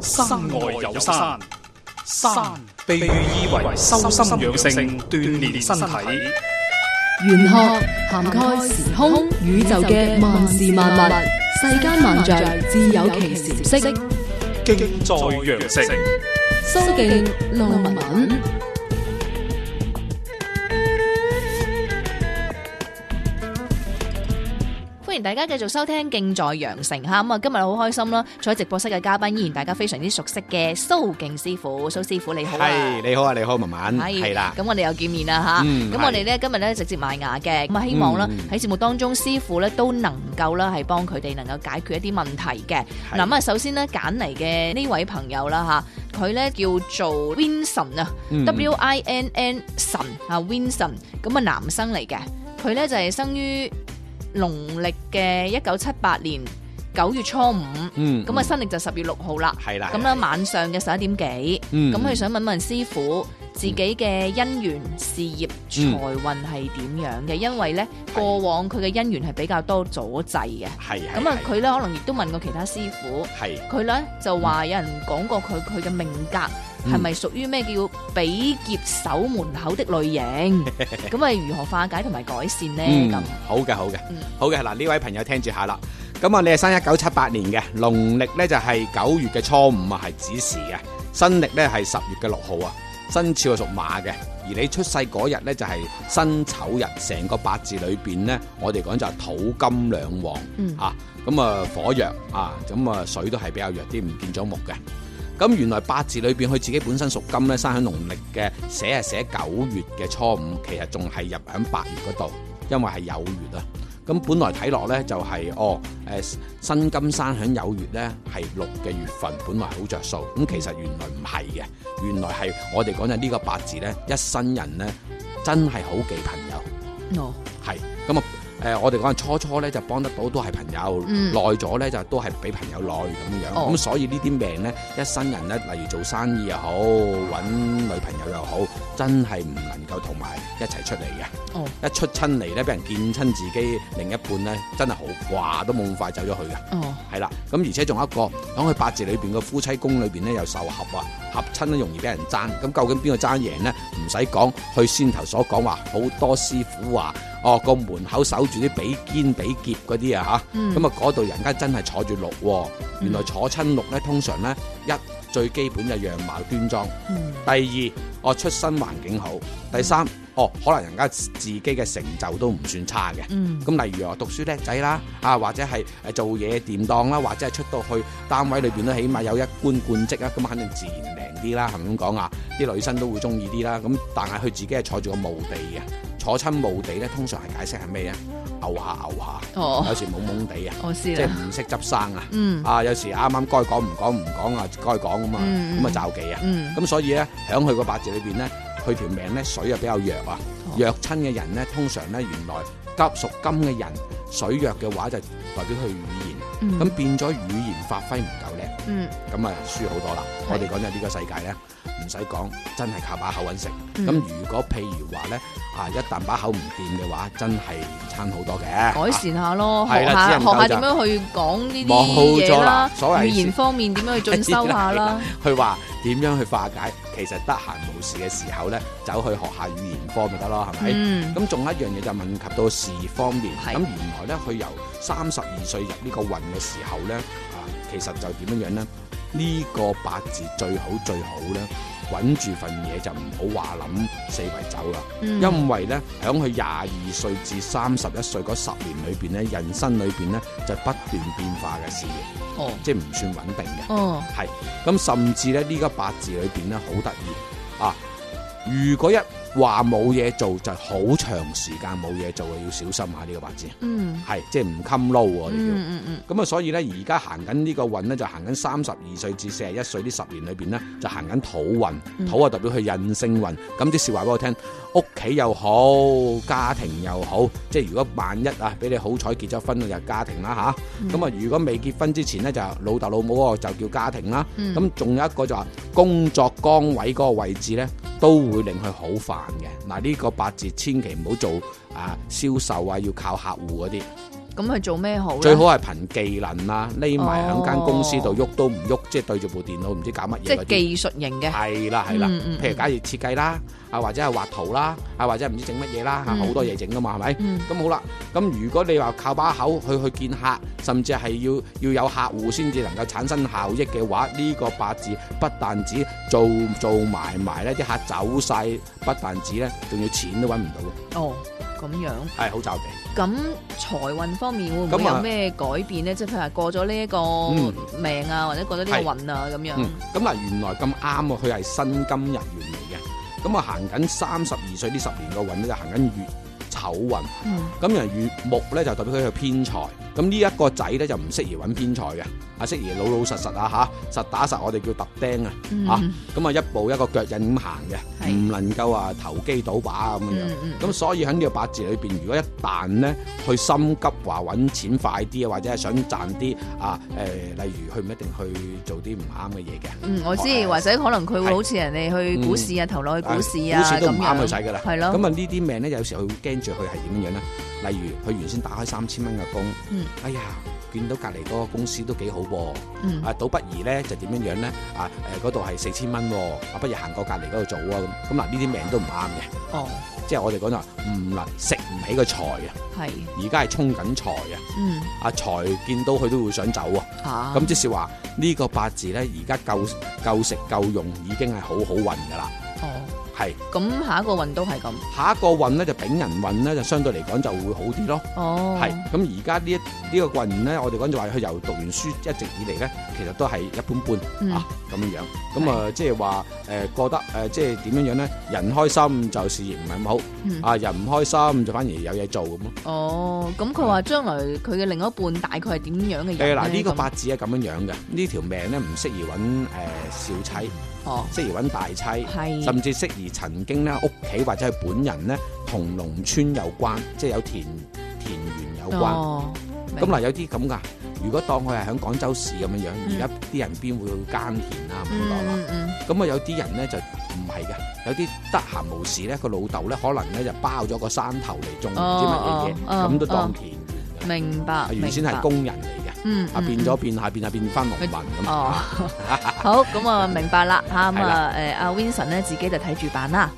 山外有山，山被喻意為修心養性、鍛煉身體。玄學涵蓋時空宇宙嘅萬事萬物，世間萬象自有其時色。敬在羊城，蘇敬路文。歡迎大家繼續收聽《敬在羊城》嚇咁啊！今日好開心啦，坐喺直播室嘅嘉賓依然大家非常之熟悉嘅蘇敬師傅，蘇師傅你好啊！係你好啊，你好，文文係係啦，咁我哋又見面啦吓，嗯咁係我哋咧今日咧直接埋牙嘅，咁啊希望啦嗯喺節目當中師傅咧都能夠啦係幫佢哋能夠解決一啲問題嘅。係嗱咁啊，首先咧揀嚟嘅呢位朋友啦吓，佢咧叫做 Winson 啊嗯，W I N N 神啊 Winson，咁啊男生嚟嘅，佢咧就係生於農曆嘅一九七八年九月初五，嗯咁啊新曆就十月六號啦。係啦，咁啦，晚上嘅十一點幾，嗯咁佢想問問師傅自己嘅姻緣、事業、財嗯運係點樣嘅？因為呢，係過往佢嘅姻緣係比較多阻滯嘅。係係咁啊，佢呢可能亦都問過其他師傅，係佢呢就話有人講過佢佢嘅命格嗯係咪屬於咩叫比劫守門口的類 型？咁啊，如何化解同埋改善呢？嗯咁好嘅好嘅嗯好嘅嗱，呢位朋友聽住下啦。咁啊，你係生一九七八年嘅，農曆咧就係九月嘅初五啊，係子時嘅；新曆咧係十月嘅六號啊，生肖係屬馬嘅。而你出世嗰日咧就係辛丑日，成個八字裏邊咧，我哋講就係土金兩旺。嗯啊，咁啊火弱啊，咁啊水都係比較弱啲，唔見咗木嘅。咁原來八字裏邊佢自己本身屬金咧，生喺農曆嘅寫係寫九月嘅初五，其實仲係入喺八月嗰度，因為係有月啊。咁本來睇落咧就係、哦誒、新金生喺有月咧係六嘅月份，本來好着數。咁其實原來唔係嘅，原來係我哋講緊呢個八字咧，一生人咧真係好忌朋友。哦，係咁啊！誒、我哋講初初咧就幫得到，都係朋友；嗯耐咗咧就都係俾朋友耐咁樣。哦咁、所以呢啲命咧，一生人咧，例如做生意又好，揾女朋友又好，真係唔能夠同埋一齊出嚟嘅。哦一出親嚟咧，俾人見親自己另一半咧，真係好哇都冇咁快走咗去嘅。哦，係啦，咁而且仲有一個響佢八字裏邊嘅夫妻宮裏邊咧有受合啊，合親咧容易俾人爭。咁究竟邊個爭贏呢？唔使講，佢先頭所講話好多師傅話，哦個門口守住啲比肩比劫嗰啲啊嚇，嗯咁啊嗰度人家真係坐住六喎，原來坐親六呢，通常呢，一最基本嘅樣貌端莊。嗯，第二，我出身環境好；第三，哦，可能人家自己嘅成就都唔算差嘅。嗯，咁例如我讀書叻仔啦，啊或者係誒做嘢掂當啦，或者係呃出到去單位裏邊都起碼有一官半職啊，咁肯定自然靚啲啦，係咪咁講啊？啲女生都會中意啲啦。咁但係佢自己係坐住個墓地嘅，坐親墓地咧，通常係解釋係咩啊？牛下牛下，哦有時懵懵地啊，我知即係啦，唔識執生啊。嗯，啊，有時啱啱該講唔講唔講啊，該講咁啊，嗯嗯咁啊就忌啊。嗯，咁所以咧，喺佢個八字裏邊咧，佢條命咧水啊比較弱啊哦，弱親嘅人咧，通常咧原來急屬金嘅人，水弱嘅話就代表佢語言，嗯咁、變咗語言發揮唔夠叻，嗯，咁啊輸好多啦。係我哋講緊呢個世界咧，唔使講，真係靠把口揾食。咁、嗯如果譬如話咧，啊一旦把口唔掂嘅話，真係差好多嘅。改善下咯，係學啦下只能夠學下就點樣去講呢啲冇嘢咗啦啦，所謂語言方面點樣去進修下啦，佢話點樣去化解？其實得閒無事嘅時候咧，走去學下語言科咪得咯， 係咪？嗯，咁仲有一樣嘢就問及到事業方面，係咁原來咧佢由三十二歲入呢個運嘅時候咧，啊，其實就點樣樣咧？呢、個八字最好最好咧，穩住份嘢就唔好話諗四圍走啦，嗯因為咧響佢廿二歲至三十一歲嗰十年裏邊咧，人生裏邊咧就不斷變化嘅事業，哦即係唔算穩定嘅。哦，係咁，甚至咧呢個八字裏邊咧好得意啊！如果一話冇嘢做，就好長時間冇嘢做啊，要小心下呢個八字，嗯係即係唔襟撈喎，你叫。嗯嗯嗯，咁啊，所以咧，而家行緊呢個運咧，就行緊三十二歲至四十一歲呢十年裏邊咧，就行緊土運嗯，土啊代表佢印星運。咁即是話俾我聽，屋企又好，家庭又好，即係如果萬一啊，俾你好彩結咗婚就家庭啦嗯吓，咁啊，如果未結婚之前咧，就老豆老母嗰個就叫家庭啦。嗯咁仲有一個就話工作崗位嗰個位置咧，都會令佢好煩嘅。嗱，呢個八字千祈唔好做啊銷售啊，要靠客戶嗰啲。咁去做咩好咧？最好係憑技能啦，匿埋喺間公司度喐都唔喐，即係對住部電腦唔知搞乜即嘢嗰係啲。技術型嘅，係啦係啦嗯嗯，譬如假如設計啦，啊或者係畫圖啦，啊或者係唔知整乜嘢啦，嚇嗯好多嘢整噶嘛，係咪？嗯咁好啦，咁如果你話靠把口去去見客，甚至係要要有客户先至能夠產生效益嘅話，呢、個八字不但止做做埋埋呢啲客走晒，不但止呢，仲要錢都揾唔到哦咁樣。嘅，係好罩地。咁財運方面會唔會咁啊有咩改變咧？即係譬如話過咗呢一嗯個命啊，或者過咗呢個係運啊咁樣嗯。，咁嗱，原來咁啱啊，佢係辛金日元嚟嘅，咁啊行緊三十二歲呢十年個運呢，就行緊月丑運。嗯咁人月木咧就代表佢係偏財，咁呢一個仔咧就唔適宜揾偏財嘅，啊適宜老老實實啊嚇，實打實我哋叫揼釘啊，嗯啊咁啊一步一個腳印咁行係嘅，唔能夠啊投機倒把咁樣。嗯嗯咁所以喺呢個八字裏邊，如果一旦呢去心急話揾錢快啲啊，或者係想賺啲啊誒、例如佢唔一定去做啲唔啱嘅嘢嘅。嗯，我知，學或者可能佢會係嗯好似人哋去股市啊，投落去股市啊，股市都咁唔啱佢使樣㗎啦。係咁啊咯，呢啲命咧，有時佢會驚住佢係點樣樣咧？例如佢原先打開三千蚊嘅工，嗯哎呀，見到隔離嗰個公司都幾好喎、嗯啊，倒不如咧就點樣樣咧？啊誒嗰度係四千蚊喎，啊不如行過隔離嗰度做啊咁。咁嗱呢啲命都唔啱嘅，哦，即係我哋講就話唔能食唔起個財啊！係，而家係衝緊財啊！嗯阿財見到佢都會想走啊！啊，咁即是話呢、個八字咧，而家夠夠食夠用，已經係好好運㗎啦，哦，係。咁下一個運都係咁，下一個運咧就丙人運咧就相對嚟講就會好啲咯，哦，係咁而家呢一呢個運咧，我哋講就話佢由讀完書一直以嚟咧，其實都係一般般、嗯啊咁樣樣，咁啊即係話誒覺得誒、呃即係點樣樣咧，人開心就事業唔係咁好，嗯啊人唔開心就反而有嘢做咁咯。哦，咁佢話將來佢嘅另一半大概係點樣嘅嗯誒人嗱咧呢個咁啊八字係咁樣樣嘅，呢條命咧唔適宜揾誒、呃少妻，哦，適宜揾大妻。係，甚至適宜曾經咧屋企或者係本人咧同農村有關，即係有田田園有關。哦，咁嗱，有啲咁噶。如果當佢係喺廣州市咁樣樣，而家啲人邊會去耕田啊？唔好講啊。嗯嗯咁啊，有啲人咧就唔係嘅，有啲得閒無事咧，個老豆咧可能咧就包咗個山頭嚟種唔知乜嘢嘢，哦哦咁都當哦田園嗯，嘅。明啊白，原先明係白，工人嚟嘅，嗯，啊嗯變咗。變下變下變翻農民咁哦 啊。，好，咁啊明白啦吓，咁係啊誒阿 Vincent 咧自己就睇住辦啦。